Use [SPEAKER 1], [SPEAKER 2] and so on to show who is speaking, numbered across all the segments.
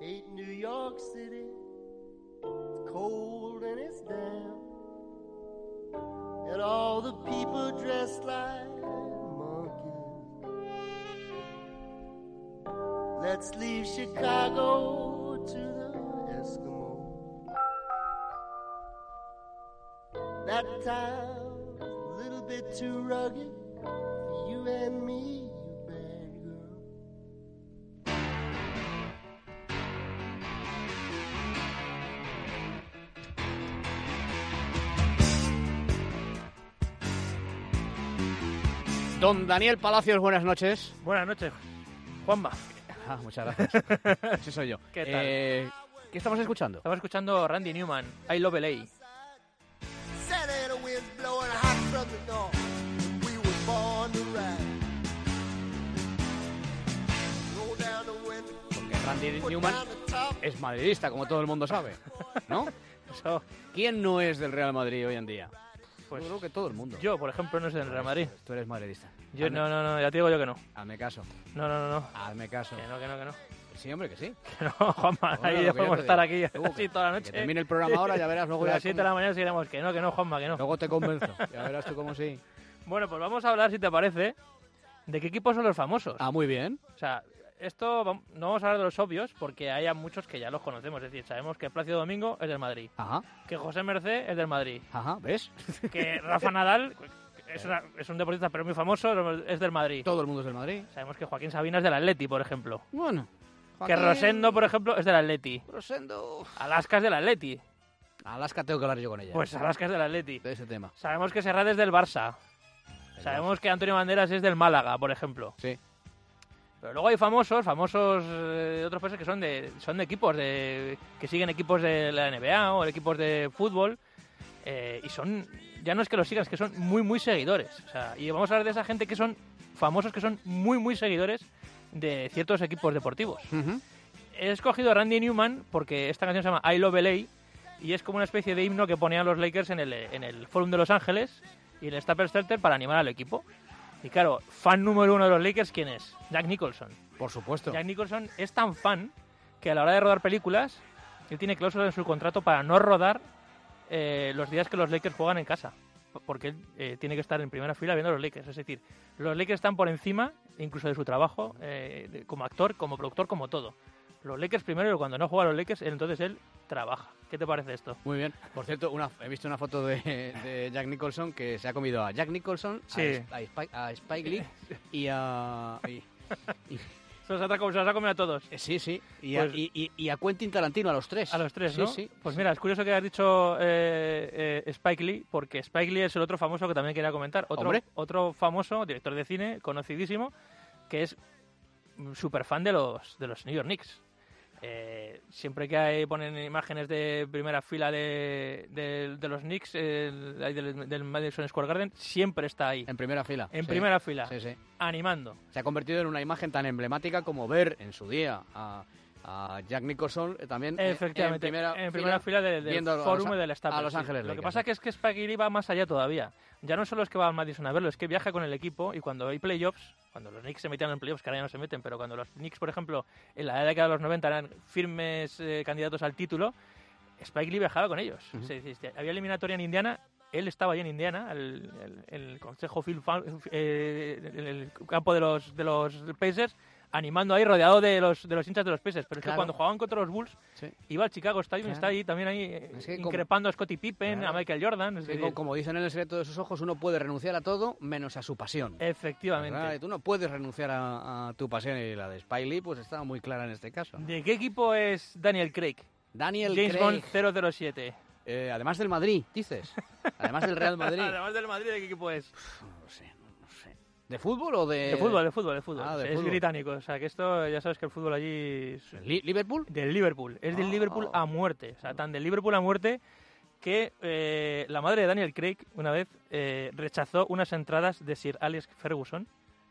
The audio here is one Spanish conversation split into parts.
[SPEAKER 1] Hate New York City. It's cold and it's damp. And all the people dressed like monkeys. Let's leave Chicago to the Eskimos. That town's a little bit too rugged for you and me, you bad girl.
[SPEAKER 2] Don Daniel Palacios, buenas noches.
[SPEAKER 3] Buenas noches, Juanma.
[SPEAKER 2] Ah, muchas gracias. Ese soy yo.
[SPEAKER 3] ¿Qué tal?
[SPEAKER 2] Eh, ¿Qué estamos escuchando?
[SPEAKER 3] Estaba escuchando Randy Newman, I Love LA.
[SPEAKER 1] Saturday the winds blowing hot from the north. We were born to ride. Roll down the window,
[SPEAKER 2] Porque Randy
[SPEAKER 1] put
[SPEAKER 2] Newman
[SPEAKER 1] down the top.
[SPEAKER 2] es madridista, como todo el mundo sabe, ¿no?
[SPEAKER 3] Eso,
[SPEAKER 2] ¿Quién no es del Real Madrid hoy en día?
[SPEAKER 3] pues
[SPEAKER 2] yo creo que todo el mundo.
[SPEAKER 3] yo, por ejemplo, no soy del Real Madrid.
[SPEAKER 2] Tú eres madridista.
[SPEAKER 3] Yo,
[SPEAKER 2] hazme,
[SPEAKER 3] Ah, no, no, no, ya te digo yo que no.
[SPEAKER 2] hazme caso,
[SPEAKER 3] No, no, no, no.
[SPEAKER 2] hazme caso.
[SPEAKER 3] Que no, que no, que no.
[SPEAKER 2] Sí, hombre, que sí.
[SPEAKER 3] Que no, Juanma,
[SPEAKER 2] Bueno,
[SPEAKER 3] ahí
[SPEAKER 2] lo que yo
[SPEAKER 3] podemos
[SPEAKER 2] te
[SPEAKER 3] estar aquí
[SPEAKER 2] digo. Tú,
[SPEAKER 3] así toda la
[SPEAKER 2] Que
[SPEAKER 3] noche.
[SPEAKER 2] termine el programa ahora, ya verás,
[SPEAKER 3] A
[SPEAKER 2] luego ya
[SPEAKER 3] las 7 de la mañana seguiremos que no, que no, Juanma, que no.
[SPEAKER 2] Luego te convenzo, ya verás tú cómo sí.
[SPEAKER 3] Bueno, pues vamos a hablar, si te parece, de qué equipos son los famosos.
[SPEAKER 2] Ah, muy bien.
[SPEAKER 3] O sea, esto vam- no vamos a hablar de los obvios porque hay a muchos que ya los conocemos. Es decir, sabemos que Plácido Domingo es del Madrid,
[SPEAKER 2] Ajá,
[SPEAKER 3] que José Mercé es del Madrid,
[SPEAKER 2] ajá, ¿ves?
[SPEAKER 3] que Rafa Nadal es, una- es un deportista pero muy famoso, es del Madrid.
[SPEAKER 2] Todo el mundo es del Madrid.
[SPEAKER 3] Sabemos que Joaquín Sabina es del Atleti, por ejemplo.
[SPEAKER 2] Bueno.
[SPEAKER 3] Que
[SPEAKER 2] Joaquín-
[SPEAKER 3] Rosendo, por ejemplo, es del Atleti.
[SPEAKER 2] Rosendo.
[SPEAKER 3] Alaska es del Atleti.
[SPEAKER 2] Alaska tengo que hablar yo con ella.
[SPEAKER 3] Pues Alaska es del Atleti.
[SPEAKER 2] de ese tema.
[SPEAKER 3] Sabemos que Serrat es del Barça. Sabemos que Antonio Banderas es del Málaga, por ejemplo.
[SPEAKER 2] Sí.
[SPEAKER 3] Pero luego hay famosos, famosos eh, de otros países que son de, son de equipos, de, que siguen equipos de la NBA o equipos de fútbol. eh, y son, ya no es que los sigas, que son muy, muy seguidores. O sea, y vamos a hablar de esa gente que son famosos, que son muy, muy seguidores de ciertos equipos deportivos.
[SPEAKER 2] Ujú.
[SPEAKER 3] He escogido a Randy Newman porque esta canción se llama I Love LA y es como una especie de himno que ponían los Lakers en el, en el Forum de Los Ángeles y en el Staples Center para animar al equipo. Y claro, fan número uno de los Lakers, ¿quién es? Jack Nicholson.
[SPEAKER 2] Por supuesto.
[SPEAKER 3] Jack Nicholson es tan fan que a la hora de rodar películas, él tiene cláusulas en su contrato para no rodar eh, los días que los Lakers juegan en casa. p- Porque él eh, tiene que estar en primera fila viendo a los Lakers. Es decir, los Lakers están por encima, incluso de su trabajo, eh, de- como actor, como productor, como todo. Los Lakers primero, y cuando no juega a los Lakers, él- entonces él trabaja. ¿Qué te parece esto?
[SPEAKER 2] Muy bien. Por cierto, una, he visto una foto de, de Jack Nicholson que se ha comido a Jack Nicholson, a
[SPEAKER 3] Sí.
[SPEAKER 2] Sp- a, Spike, a Spike Lee y a. y-
[SPEAKER 3] Se los ha, tra- se los ha comido a todos.
[SPEAKER 2] eh, sí, sí. Y a,
[SPEAKER 3] Pues-
[SPEAKER 2] y- y- y a Quentin Tarantino, a los tres.
[SPEAKER 3] A los tres,
[SPEAKER 2] sí,
[SPEAKER 3] ¿no?
[SPEAKER 2] Sí,
[SPEAKER 3] Pues mira, es curioso que hayas dicho eh, eh, Spike Lee, porque Spike Lee es el otro famoso que también quería comentar. Otro,
[SPEAKER 2] Hombre.
[SPEAKER 3] otro famoso director de cine, conocidísimo, que es súper fan de los, de los New York Knicks. Eh, siempre que hay, ponen imágenes de primera fila de, de- de los Knicks, eh, ahí del, del Madison Square Garden, siempre está ahí,
[SPEAKER 2] En primera fila.
[SPEAKER 3] en
[SPEAKER 2] sí.
[SPEAKER 3] primera fila,
[SPEAKER 2] Sí, sí.
[SPEAKER 3] animando.
[SPEAKER 2] Se ha convertido en una imagen tan emblemática como ver en su día a, a Jack Nicholson eh, también eh,
[SPEAKER 3] Efectivamente,
[SPEAKER 2] en primera,
[SPEAKER 3] fila, del, del
[SPEAKER 2] viendo a los-
[SPEAKER 3] Forum y del
[SPEAKER 2] a
[SPEAKER 3] Staples,
[SPEAKER 2] Los
[SPEAKER 3] sí.
[SPEAKER 2] Ángeles
[SPEAKER 3] Lo que
[SPEAKER 2] Lakers,
[SPEAKER 3] pasa
[SPEAKER 2] ¿no?
[SPEAKER 3] que es que Spaghetti va más allá todavía. Ya no solo es que va al Madison a verlo, es que viaja con el equipo y cuando hay playoffs, cuando los Knicks se metían en playoffs, que ahora ya no se meten, pero cuando los Knicks, por ejemplo, en la década de los 90 eran firmes eh, candidatos al título, Spike Lee viajaba con ellos.
[SPEAKER 2] Ujú.
[SPEAKER 3] Se- se- se- había eliminatoria en Indiana, él estaba ahí en Indiana, el, el- el consejo Phil Fa- eh, en el campo de los, de los Pacers, animando ahí, rodeado de los, de los hinchas de los Pacers. Pero es
[SPEAKER 2] Claro.
[SPEAKER 3] que cuando jugaban contra los Bulls,
[SPEAKER 2] Sí.
[SPEAKER 3] iba al Chicago Stadium y
[SPEAKER 2] Claro.
[SPEAKER 3] está ahí también ahí eh,
[SPEAKER 2] Es que como-
[SPEAKER 3] increpando a Scottie Pippen,
[SPEAKER 2] Claro.
[SPEAKER 3] a Michael Jordan. es
[SPEAKER 2] Sí, co-
[SPEAKER 3] decir,
[SPEAKER 2] como dicen en el secreto de sus ojos, uno puede renunciar a todo menos a su pasión.
[SPEAKER 3] Efectivamente.
[SPEAKER 2] ¿Verdad? Y Tú no puedes renunciar a, a tu pasión y la de Spike Lee, pues estaba muy clara en este caso. ¿no?
[SPEAKER 3] ¿De qué equipo es Daniel Craig?
[SPEAKER 2] Daniel
[SPEAKER 3] James
[SPEAKER 2] Craig,
[SPEAKER 3] Bond 007.
[SPEAKER 2] eh, además del Madrid, dices. Además del Real Madrid.
[SPEAKER 3] Además del Madrid, ¿de qué equipo es?
[SPEAKER 2] No lo sé, no lo sé. ¿De fútbol o de...?
[SPEAKER 3] de fútbol, de fútbol, de fútbol.
[SPEAKER 2] Ah, de
[SPEAKER 3] es
[SPEAKER 2] fútbol.
[SPEAKER 3] británico, o sea que esto ya sabes que el fútbol allí es
[SPEAKER 2] Li- ¿Liverpool?
[SPEAKER 3] del Liverpool, es del
[SPEAKER 2] Ah.
[SPEAKER 3] Liverpool a muerte, o sea tan del Liverpool a muerte que eh, la madre de Daniel Craig una vez eh, rechazó unas entradas de Sir Alex Ferguson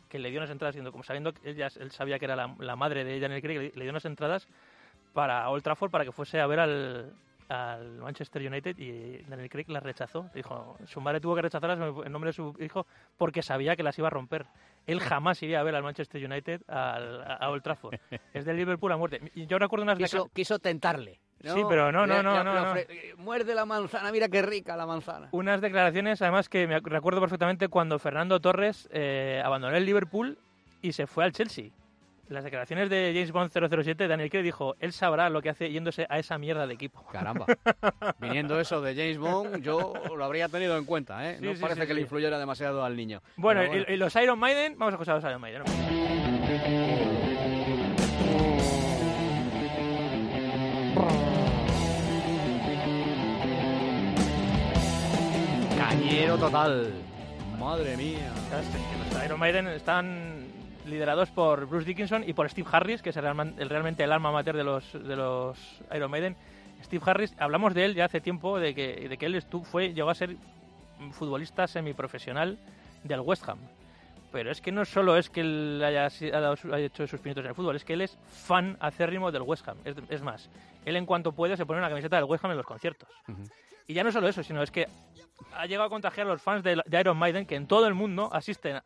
[SPEAKER 3] que le dio unas entradas siendo como sabiendo que ella, él sabía que era la, la madre de Daniel Craig le, le dio unas entradas para Old Trafford para que fuese a ver al, al Manchester United y Daniel Craig las rechazó. Dijo, su madre tuvo que rechazarlas en nombre de su hijo porque sabía que las iba a romper. Él jamás iría a ver al Manchester United al, a Old Trafford. Es del Liverpool a muerte. Y Yo recuerdo unas
[SPEAKER 2] Quiso, quiso tentarle.
[SPEAKER 3] Sí, pero no, no,
[SPEAKER 2] Le-
[SPEAKER 3] no,
[SPEAKER 2] le-
[SPEAKER 3] no,
[SPEAKER 2] le
[SPEAKER 3] no.
[SPEAKER 2] ofre- eh, Muerde la manzana, mira qué rica la manzana.
[SPEAKER 3] Unas declaraciones, además, que me ac- recuerdo perfectamente cuando Fernando Torres eh, abandonó el Liverpool y se fue al Chelsea. Las declaraciones de James Bond 007, Daniel Craig dijo, él sabrá lo que hace yéndose a esa mierda de equipo.
[SPEAKER 2] Caramba. Viniendo eso de James Bond, yo lo habría tenido en cuenta, ¿eh?
[SPEAKER 3] Sí,
[SPEAKER 2] no
[SPEAKER 3] sí,
[SPEAKER 2] parece
[SPEAKER 3] sí,
[SPEAKER 2] que le
[SPEAKER 3] sí.
[SPEAKER 2] influyera demasiado al niño.
[SPEAKER 3] Bueno,
[SPEAKER 2] Pero
[SPEAKER 3] y- Y, los Iron Maiden, vamos a escuchar a los Iron Maiden. ¿no?
[SPEAKER 2] Cañero total. Madre mía.
[SPEAKER 3] Sabes que Los Iron Maiden están liderados por Bruce Dickinson y por Steve Harris, que es el, alma- el- realmente el alma mater de los, de los Iron Maiden. Steve Harris, hablamos de él ya hace tiempo, de que, de que él estu- fue, llegó a ser un futbolista semiprofesional del West Ham. Pero es que no solo es que él haya, si- ha dado su- haya hecho sus pinitos en el fútbol, es que él es fan acérrimo del West Ham. Es, es más, él en cuanto puede se pone una camiseta del West Ham en los conciertos.
[SPEAKER 2] Ujú.
[SPEAKER 3] Y ya no solo eso, sino es que ha llegado a contagiar a los fans de, de Iron Maiden que en todo el mundo asisten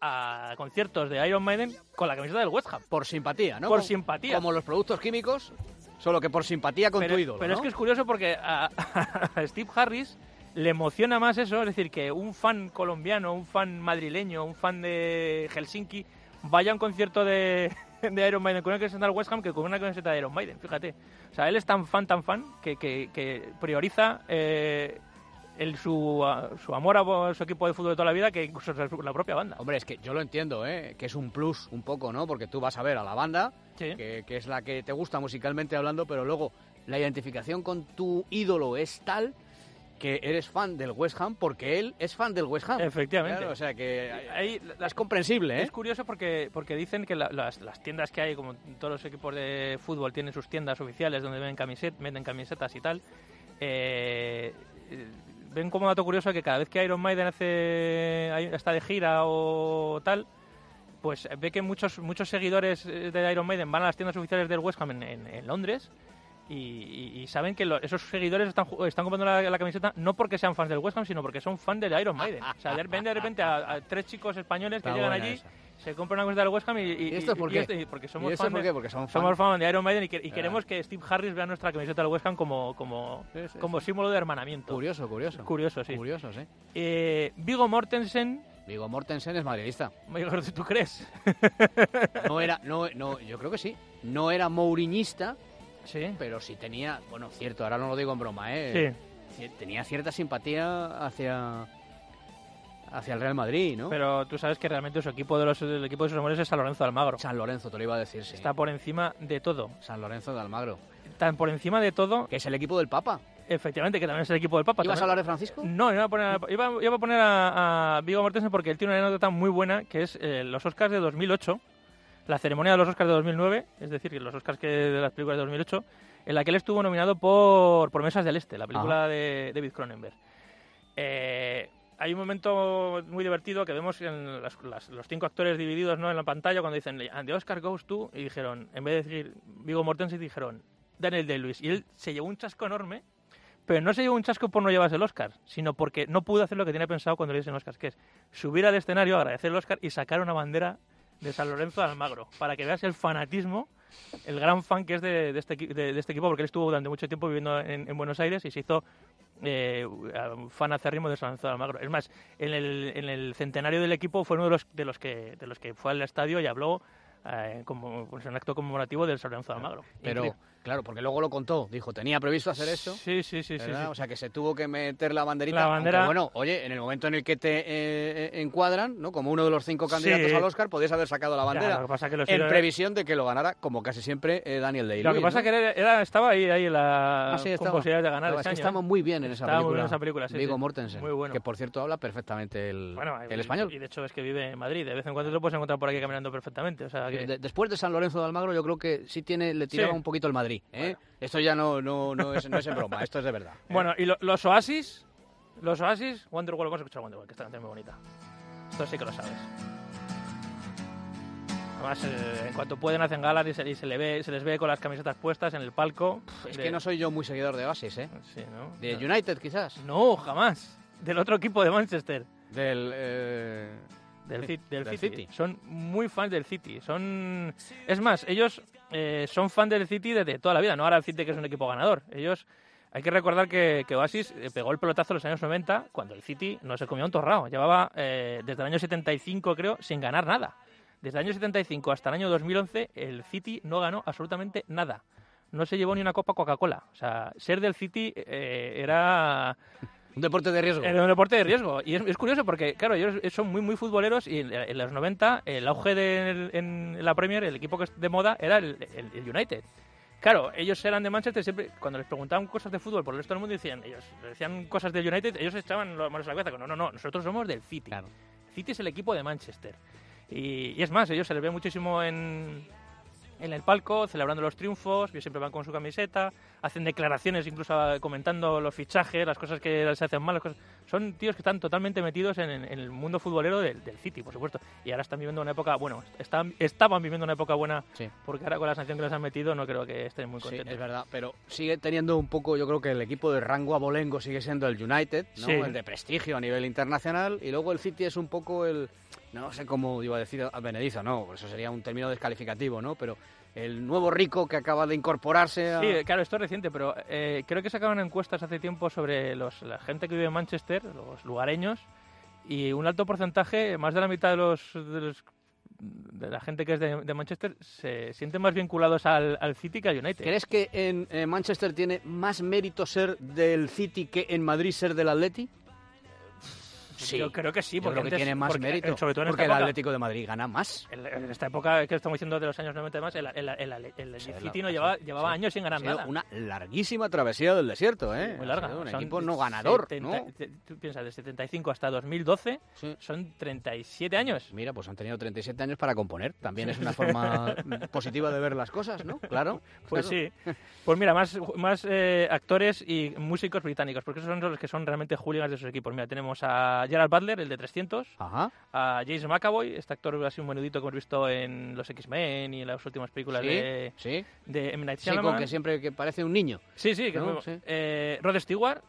[SPEAKER 3] a conciertos de Iron Maiden con la camiseta del West Ham.
[SPEAKER 2] Por simpatía, ¿no?
[SPEAKER 3] Por
[SPEAKER 2] Como-
[SPEAKER 3] simpatía.
[SPEAKER 2] Como los productos químicos, solo que por simpatía con
[SPEAKER 3] pero,
[SPEAKER 2] tu ídolo,
[SPEAKER 3] pero es
[SPEAKER 2] ¿no?
[SPEAKER 3] que es curioso porque a, a Steve Harris le emociona más eso, es decir, que un fan colombiano, un fan madrileño, un fan de Helsinki vaya a un concierto de, de Iron Maiden con una camiseta del West Ham que con una camiseta de Iron Maiden, fíjate. O sea, él es tan fan, tan fan, que, que- que prioriza eh, el, su, ah, su amor a bo- su equipo de fútbol de toda la vida que incluso su- la propia banda.
[SPEAKER 2] Hombre, es que yo lo entiendo, ¿eh? Que es un plus, un poco, ¿no? Porque tú vas a ver a la banda,
[SPEAKER 3] Sí.
[SPEAKER 2] que, que es la que te gusta musicalmente hablando, pero luego la identificación con tu ídolo es tal que eres fan del West Ham porque él es fan del West Ham.
[SPEAKER 3] Efectivamente.
[SPEAKER 2] Claro, o sea que
[SPEAKER 3] Ahí la-
[SPEAKER 2] es comprensible, ¿eh?
[SPEAKER 3] Es curioso porque, porque dicen que la- las, las tiendas que hay, como todos los equipos de fútbol tienen sus tiendas oficiales donde venden, camiset, venden camisetas y tal, eh, eh, ven como dato curioso que cada vez que Iron Maiden hace, hay- está de gira o tal, pues ve que muchos, muchos seguidores eh, de Iron Maiden van a las tiendas oficiales del West Ham en, en- en Londres. Y, y- y saben que lo- esos seguidores están, ju- están comprando la, la camiseta no porque sean fans del West Ham, sino porque son fans del Iron Maiden. O sea, de- ven de repente a, a tres chicos españoles que
[SPEAKER 2] Está
[SPEAKER 3] llegan
[SPEAKER 2] buena
[SPEAKER 3] allí,
[SPEAKER 2] esa.
[SPEAKER 3] se compran una camiseta del West Ham y, y-
[SPEAKER 2] ¿Y esto es por
[SPEAKER 3] y-
[SPEAKER 2] qué?
[SPEAKER 3] y esto- y porque somos
[SPEAKER 2] ¿Y eso
[SPEAKER 3] fans
[SPEAKER 2] por
[SPEAKER 3] de-
[SPEAKER 2] qué? Porque son fan.
[SPEAKER 3] somos fans de Iron Maiden y, que- y
[SPEAKER 2] Ah.
[SPEAKER 3] queremos que Steve Harris vea nuestra camiseta del West Ham como, como,
[SPEAKER 2] Sí, sí, sí.
[SPEAKER 3] como símbolo de hermanamiento.
[SPEAKER 2] Curioso, curioso.
[SPEAKER 3] Curioso, sí.
[SPEAKER 2] Curioso, sí.
[SPEAKER 3] Eh, Vigo Mortensen,
[SPEAKER 2] Vigo Mortensen es madridista.
[SPEAKER 3] ¿tú crees?
[SPEAKER 2] No era, no, no, yo creo que sí. No era mouriñista,
[SPEAKER 3] Sí.
[SPEAKER 2] pero sí tenía, bueno, cierto, ahora no lo digo en broma,
[SPEAKER 3] Sí.
[SPEAKER 2] ¿eh? Sí, Tenía cierta simpatía hacia, hacia el Real Madrid, ¿no?
[SPEAKER 3] Pero tú sabes que realmente su equipo de los, el equipo de sus amores es San Lorenzo de Almagro.
[SPEAKER 2] San Lorenzo, te lo iba a decir, sí.
[SPEAKER 3] Está por encima de todo.
[SPEAKER 2] San Lorenzo de Almagro,
[SPEAKER 3] Tan por encima de todo,
[SPEAKER 2] que es el equipo del Papa.
[SPEAKER 3] efectivamente, que también es el equipo del Papa.
[SPEAKER 2] ¿Ibas a
[SPEAKER 3] también- Mm,
[SPEAKER 2] hablar de Francisco?
[SPEAKER 3] No, iba a poner, a- iba, iba a, poner a, a Vigo Mortensen porque él tiene una anécdota muy buena, que es eh, los Oscars de 2008, la ceremonia de los Oscars de 2009, es decir, que los Oscars que de las películas de 2008, en la que él estuvo nominado por Promesas del Este, la película de David Cronenberg. Eh, hay un momento muy divertido que vemos en las- las- los cinco actores divididos ¿no? en la pantalla cuando dicen "And the Oscar goes to", y dijeron, en vez de decir Vigo Mortensen, dijeron Daniel Day-Lewis. Y él se llevó un chasco enorme pero no se llevó un chasco por no llevarse el Oscar, sino porque no pudo hacer lo que tenía pensado cuando le diesen Oscar, que es subir al escenario, agradecer el Oscar y sacar una bandera de San Lorenzo de Almagro, para que veas el fanatismo, el gran fan que es de, de este, equi- de- de este equipo, porque él estuvo durante mucho tiempo viviendo en, en Buenos Aires y se hizo eh, un fan acérrimo de San Lorenzo de Almagro. Es más, en el, en el centenario del equipo fue uno de los, de los, que, de los que fue al estadio y habló eh, como pues, en un acto conmemorativo del San Lorenzo de Almagro.
[SPEAKER 2] Pero,
[SPEAKER 3] Increíble.
[SPEAKER 2] claro, porque luego lo contó. Dijo, tenía previsto hacer esto.
[SPEAKER 3] Sí, sí, sí, sí,
[SPEAKER 2] ¿verdad?
[SPEAKER 3] sí.
[SPEAKER 2] O sea, que se tuvo que meter la banderita.
[SPEAKER 3] La
[SPEAKER 2] aunque,
[SPEAKER 3] bandera-
[SPEAKER 2] bueno, oye, en el momento en el que te eh, eh, encuadran, ¿no? Como uno de los cinco
[SPEAKER 3] Sí.
[SPEAKER 2] candidatos al Oscar, podías haber sacado la bandera.
[SPEAKER 3] lo que pasa que los
[SPEAKER 2] en
[SPEAKER 3] iros-
[SPEAKER 2] previsión de que lo ganara, como casi siempre, eh, Daniel Day-Lewis.
[SPEAKER 3] Lo que pasa
[SPEAKER 2] ¿no?
[SPEAKER 3] que era, era- estaba ahí, ahí la
[SPEAKER 2] Ah, sí,
[SPEAKER 3] con
[SPEAKER 2] estaba.
[SPEAKER 3] posibilidades de ganar
[SPEAKER 2] Estaba-
[SPEAKER 3] ese
[SPEAKER 2] es que
[SPEAKER 3] año,
[SPEAKER 2] estaba
[SPEAKER 3] ¿eh?
[SPEAKER 2] muy bien en esa
[SPEAKER 3] Estaba muy
[SPEAKER 2] película.
[SPEAKER 3] bien en esa película, sí,
[SPEAKER 2] Vigo
[SPEAKER 3] sí.
[SPEAKER 2] Mortensen.
[SPEAKER 3] Muy bueno.
[SPEAKER 2] Que por cierto habla perfectamente el,
[SPEAKER 3] Bueno,
[SPEAKER 2] el
[SPEAKER 3] y-
[SPEAKER 2] español.
[SPEAKER 3] Y de hecho es que vive en Madrid. De vez en cuando te lo puedes encontrar por aquí caminando perfectamente. O sea, que-
[SPEAKER 2] De- después de San Lorenzo de Almagro, yo creo que sí tiene, le tiraba
[SPEAKER 3] Sí.
[SPEAKER 2] un poquito el Madrid. ¿eh? Esto ya no, no, no, es, no es en broma, esto es de verdad. ¿eh?
[SPEAKER 3] Bueno, y lo- los Oasis, los Oasis, Wonderwall, vamos a escuchar Wonderwall, que esta canción es muy bonita. Esto sí que lo sabes. Además, eh, en cuanto pueden hacen galas y se, y se le ve, se les ve con las camisetas puestas en el palco.
[SPEAKER 2] Es
[SPEAKER 3] de-
[SPEAKER 2] que no soy yo muy seguidor de Oasis, ¿eh?
[SPEAKER 3] Sí, ¿no?
[SPEAKER 2] De
[SPEAKER 3] No.
[SPEAKER 2] United, quizás.
[SPEAKER 3] No, jamás. Del otro equipo de Manchester.
[SPEAKER 2] Del. eh,
[SPEAKER 3] Del,
[SPEAKER 2] Sí,
[SPEAKER 3] Ci- del
[SPEAKER 2] del
[SPEAKER 3] City.
[SPEAKER 2] City.
[SPEAKER 3] Son muy fans del City. Son Es más, ellos eh, son fans del City desde toda la vida. No ahora el City que es un equipo ganador. Ellos... Hay que recordar que, que Oasis eh, pegó el pelotazo en los años 90 cuando el City no se comió un torrao. Llevaba eh, desde el año 75, creo, sin ganar nada. Desde el año 75 hasta el año 2011 el City no ganó absolutamente nada. No se llevó ni una copa Coca-Cola. O sea, ser del City eh, era
[SPEAKER 2] un deporte de riesgo.
[SPEAKER 3] era un deporte de riesgo. Y es, es curioso porque, claro, ellos son muy, muy futboleros y en, en los 90 el auge de, en la Premier, el equipo que es de moda, era el, el- el United. Claro, ellos eran de Manchester, siempre cuando les preguntaban cosas de fútbol por el resto del mundo, decían, ellos decían cosas del United, ellos se echaban las manos a la cabeza, como, no, no, no, nosotros somos del City.
[SPEAKER 2] Claro.
[SPEAKER 3] City es el equipo de Manchester. Y, y es más, ellos se les ve muchísimo en, en el palco, celebrando los triunfos, ellos siempre van con su camiseta, hacen declaraciones incluso ah, comentando los fichajes, las cosas que se hacen mal, las cosas... Son tíos que están totalmente metidos en, en- en el mundo futbolero del, del City, por supuesto. Y ahora están viviendo una época, bueno, están, estaban viviendo una época buena,
[SPEAKER 2] Sí.
[SPEAKER 3] porque ahora con la sanción que les han metido no creo que estén muy
[SPEAKER 2] Sí,
[SPEAKER 3] contentos.
[SPEAKER 2] es verdad, pero sigue teniendo un poco, yo creo que el equipo de rango abolengo sigue siendo el United, ¿no?
[SPEAKER 3] Sí.
[SPEAKER 2] el de prestigio a nivel internacional, y luego el City es un poco el, no sé cómo iba a decir a Benedizo, no, eso sería un término descalificativo, ¿no? Pero el nuevo rico que acaba de incorporarse a...
[SPEAKER 3] Sí, claro, esto es reciente, pero eh, creo que sacaban encuestas hace tiempo sobre los, la gente que vive en Manchester, los lugareños, y un alto porcentaje, más de la mitad de los, de, los- de la gente que es de, de Manchester, se sienten más vinculados al, al City que al United.
[SPEAKER 2] ¿Crees que en eh, Manchester tiene más mérito ser del City que en Madrid ser del Atleti? Sí,
[SPEAKER 3] Yo creo que sí,
[SPEAKER 2] Yo
[SPEAKER 3] porque
[SPEAKER 2] creo que
[SPEAKER 3] antes-
[SPEAKER 2] tiene más
[SPEAKER 3] porque,
[SPEAKER 2] mérito,
[SPEAKER 3] eh, sobre todo en
[SPEAKER 2] porque el
[SPEAKER 3] esta época.
[SPEAKER 2] Atlético de Madrid gana más.
[SPEAKER 3] En la- en esta época que estamos diciendo de los años 90 y demás, el, el, el, el- el
[SPEAKER 2] Sí,
[SPEAKER 3] City
[SPEAKER 2] la-
[SPEAKER 3] no llevaba,
[SPEAKER 2] sí,
[SPEAKER 3] llevaba
[SPEAKER 2] sí.
[SPEAKER 3] años sin
[SPEAKER 2] Ha
[SPEAKER 3] ganar
[SPEAKER 2] sido
[SPEAKER 3] nada.
[SPEAKER 2] una larguísima travesía del desierto, ¿eh?
[SPEAKER 3] Muy
[SPEAKER 2] Ha
[SPEAKER 3] larga.
[SPEAKER 2] sido un
[SPEAKER 3] Son
[SPEAKER 2] equipo no ganador,
[SPEAKER 3] 70
[SPEAKER 2] ¿no?
[SPEAKER 3] te- Tú piensas, de 75 hasta 2012
[SPEAKER 2] Sí.
[SPEAKER 3] son 37 años.
[SPEAKER 2] Mira, pues han tenido 37 años para componer. También es una forma positiva de ver las cosas, ¿no? Claro.
[SPEAKER 3] Pues
[SPEAKER 2] claro.
[SPEAKER 3] sí. Pues mira, más, más eh, actores y músicos británicos, porque esos son los que son realmente hooligans de sus equipos. Mira, tenemos a Gerald Butler, el de 300,
[SPEAKER 2] Ajá.
[SPEAKER 3] a James McAvoy, este actor así un menudito que hemos visto en los X-Men y en las últimas películas
[SPEAKER 2] Sí,
[SPEAKER 3] de,
[SPEAKER 2] sí.
[SPEAKER 3] de M. Night
[SPEAKER 2] Sí, con
[SPEAKER 3] Shyamalan.
[SPEAKER 2] que siempre que parece un niño.
[SPEAKER 3] Sí, sí, que es
[SPEAKER 2] ¿no?
[SPEAKER 3] muy-
[SPEAKER 2] Sí.
[SPEAKER 3] eh, Rod Stewart,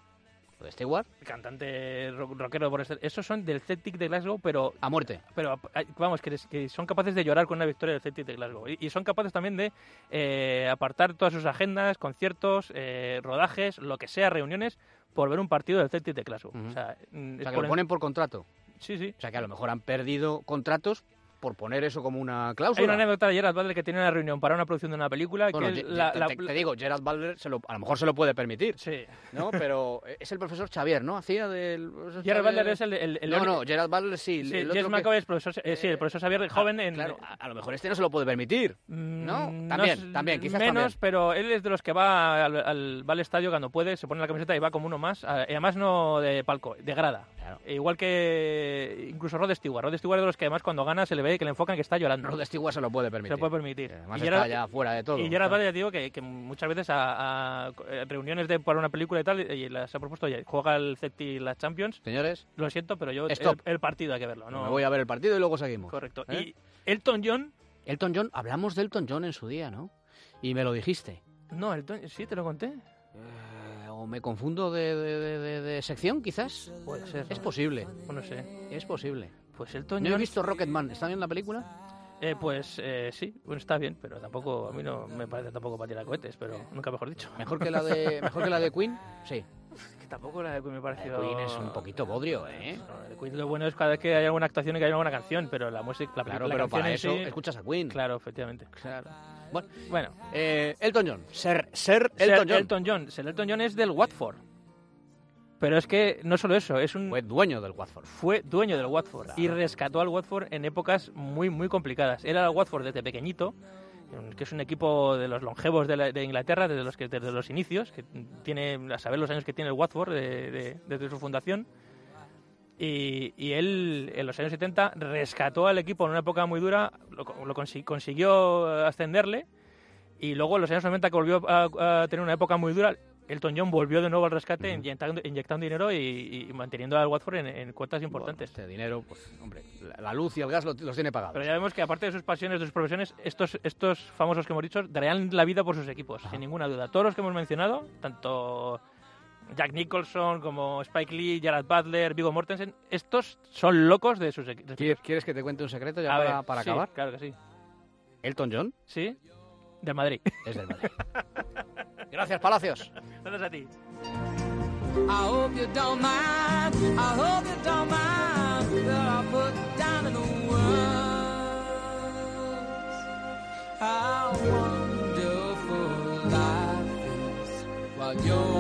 [SPEAKER 2] Lo de Stewart,
[SPEAKER 3] cantante ro- rockero por este. Esos son del Celtic de Glasgow, pero
[SPEAKER 2] a muerte.
[SPEAKER 3] pero a- vamos, que, les- que son capaces de llorar con una victoria del Celtic de Glasgow. Y, y son capaces también de eh, apartar todas sus agendas, conciertos, eh, rodajes, lo que sea, reuniones, por ver un partido del Celtic de Glasgow.
[SPEAKER 2] Ujú.
[SPEAKER 3] O sea,
[SPEAKER 2] O
[SPEAKER 3] mm, es
[SPEAKER 2] sea, que lo
[SPEAKER 3] por en-
[SPEAKER 2] ponen por contrato.
[SPEAKER 3] Sí, sí.
[SPEAKER 2] O sea, que a lo mejor han perdido contratos por poner eso como una
[SPEAKER 3] Hay una
[SPEAKER 2] cláusula.
[SPEAKER 3] anécdota de Gerard Butler que tiene una reunión para una producción de una película
[SPEAKER 2] Bueno,
[SPEAKER 3] que
[SPEAKER 2] Ge-
[SPEAKER 3] la-
[SPEAKER 2] te,
[SPEAKER 3] la-
[SPEAKER 2] te- te digo, Gerald Butler se lo- a lo mejor se lo puede permitir,
[SPEAKER 3] Sí.
[SPEAKER 2] ¿no? Pero es el profesor Xavier, ¿no? Hacía del...
[SPEAKER 3] Gerard Butler es el... el, el
[SPEAKER 2] No, no, Gerald Butler sí.
[SPEAKER 3] Sí,
[SPEAKER 2] el otro
[SPEAKER 3] James
[SPEAKER 2] que-
[SPEAKER 3] McAvoy es profesor, eh, sí, el profesor Xavier joven
[SPEAKER 2] Ah,
[SPEAKER 3] en...
[SPEAKER 2] Claro, a, a lo mejor este no se lo puede permitir.
[SPEAKER 3] Mm,
[SPEAKER 2] ¿No? También,
[SPEAKER 3] es-
[SPEAKER 2] también, quizás
[SPEAKER 3] Menos,
[SPEAKER 2] también.
[SPEAKER 3] pero él es de los que va al, al- va al estadio cuando puede, se pone la camiseta y va como uno más. a- y Además no de palco, de grada.
[SPEAKER 2] Claro.
[SPEAKER 3] E Igual que incluso Rod Stewart. Rod Stewart es de los que además cuando gana se le ve que le enfocan que está llorando.
[SPEAKER 2] Rod Stewart se lo puede
[SPEAKER 3] se
[SPEAKER 2] permitir.
[SPEAKER 3] lo puede permitir.
[SPEAKER 2] Además
[SPEAKER 3] y
[SPEAKER 2] está
[SPEAKER 3] Gerard,
[SPEAKER 2] ya fuera de todo.
[SPEAKER 3] y Gerard Butler, ya digo que, que muchas veces a, a- eh, reuniones de, para una película y tal, y las ha propuesto, oye, juega el Celtic las Champions,
[SPEAKER 2] Señores,
[SPEAKER 3] lo siento, pero yo el,
[SPEAKER 2] Stop.
[SPEAKER 3] el partido hay que verlo. No,
[SPEAKER 2] me voy a ver el partido y luego seguimos.
[SPEAKER 3] Correcto.
[SPEAKER 2] ¿Eh?
[SPEAKER 3] Y Elton John,
[SPEAKER 2] Elton John, hablamos de Elton John en su día, ¿no? Y me lo dijiste.
[SPEAKER 3] no, Elton, sí, te lo conté.
[SPEAKER 2] Eh, o me confundo de, de- de- de- de sección, quizás.
[SPEAKER 3] Puede ser.
[SPEAKER 2] Es posible,
[SPEAKER 3] no sé.
[SPEAKER 2] es posible.
[SPEAKER 3] Pues Elton
[SPEAKER 2] No he
[SPEAKER 3] John...
[SPEAKER 2] visto Rocketman. ¿Está bien la película?
[SPEAKER 3] Eh, pues eh, sí, bueno, está bien, pero tampoco, a mí no me parece tampoco para tirar cohetes, pero nunca mejor dicho.
[SPEAKER 2] Mejor que la de, mejor que la de Queen. Sí.
[SPEAKER 3] Que tampoco la de Queen me
[SPEAKER 2] La
[SPEAKER 3] pareció...
[SPEAKER 2] de Queen es un poquito bodrio, ¿eh?
[SPEAKER 3] No, el Queen lo bueno es cada vez que hay alguna actuación y que hay alguna canción, pero la música, la,
[SPEAKER 2] Claro,
[SPEAKER 3] la
[SPEAKER 2] pero
[SPEAKER 3] canción
[SPEAKER 2] para
[SPEAKER 3] en
[SPEAKER 2] eso
[SPEAKER 3] sí-
[SPEAKER 2] escuchas a Queen.
[SPEAKER 3] Claro, efectivamente.
[SPEAKER 2] Claro. Bueno,
[SPEAKER 3] Bueno,
[SPEAKER 2] eh, Elton John. Ser, ser
[SPEAKER 3] Sir
[SPEAKER 2] Elton John.
[SPEAKER 3] Elton John. Sir Elton John es del Watford. Pero es que no solo eso, es un
[SPEAKER 2] Fue dueño del Watford.
[SPEAKER 3] fue dueño del Watford y rescató al Watford en épocas muy, muy complicadas. Era el Watford desde pequeñito, un- que es un equipo de los longevos de, la- de Inglaterra desde los, que, desde los inicios, que tiene, a saber los años que tiene el Watford de- de- desde su fundación. Y, y él, en los años 70, rescató al equipo en una época muy dura, lo, co- lo consi- consiguió eh, ascenderle. Y luego en los años 90, que volvió a, a tener una época muy dura, Elton John volvió de nuevo al rescate
[SPEAKER 2] Ujú.
[SPEAKER 3] inyectando, inyectando dinero y, y manteniendo al Watford en, en cuotas importantes.
[SPEAKER 2] Bueno, este dinero, pues, hombre, la, la luz y el gas lo- los tiene pagados.
[SPEAKER 3] Pero ya vemos que aparte de sus pasiones, de sus profesiones, estos, estos famosos que hemos dicho darían la vida por sus equipos,
[SPEAKER 2] Ajá.
[SPEAKER 3] sin ninguna duda. Todos los que hemos mencionado, tanto Jack Nicholson como Spike Lee, Gerard Butler, Vigo Mortensen, estos son locos de sus equi- de sus equipos.
[SPEAKER 2] ¿Quieres, quieres que te cuente un secreto ya
[SPEAKER 3] A
[SPEAKER 2] para,
[SPEAKER 3] ver,
[SPEAKER 2] para
[SPEAKER 3] sí,
[SPEAKER 2] acabar?
[SPEAKER 3] Claro que sí.
[SPEAKER 2] Elton John
[SPEAKER 3] ¿Sí? Del Madrid.
[SPEAKER 2] es del Madrid. Gracias, Palacios.
[SPEAKER 3] Gracias a ti.
[SPEAKER 4] I hope you don't mind. I hope you don't mind that I put down in the words how wonderful life is while you're